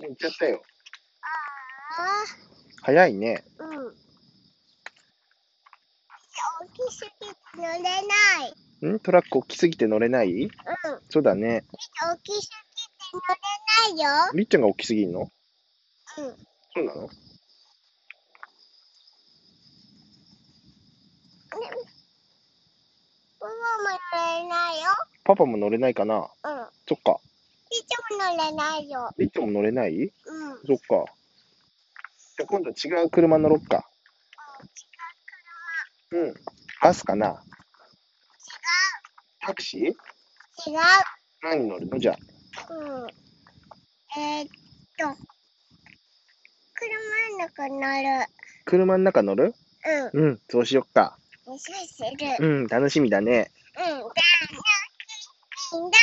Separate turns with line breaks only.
もう行っちゃったよ。
あ
早いね。
あ、うん。大きすぎて乗れない。
んトラック大きすぎて乗れない
うん。
そうだね。
大きすぎて乗れないよ。
りっちゃんが大きすぎるの
うん。
そうなの
ねママも乗れないよ。
パパも乗れないかな
うん。
そっか。
ちっちゃも乗れないよ。
りっちゃんも乗れない
うん。
そっか。じゃあ今度違う車乗ろっか。うん。バスかなタクシー
違う。
何乗るのじゃあ。
うん。えー、っと、車の中乗る。
車の中乗る
うん。
うん。そうしよっか。
おしゃする。
うん。楽しみだね。
うん。だ、な、き、んだ。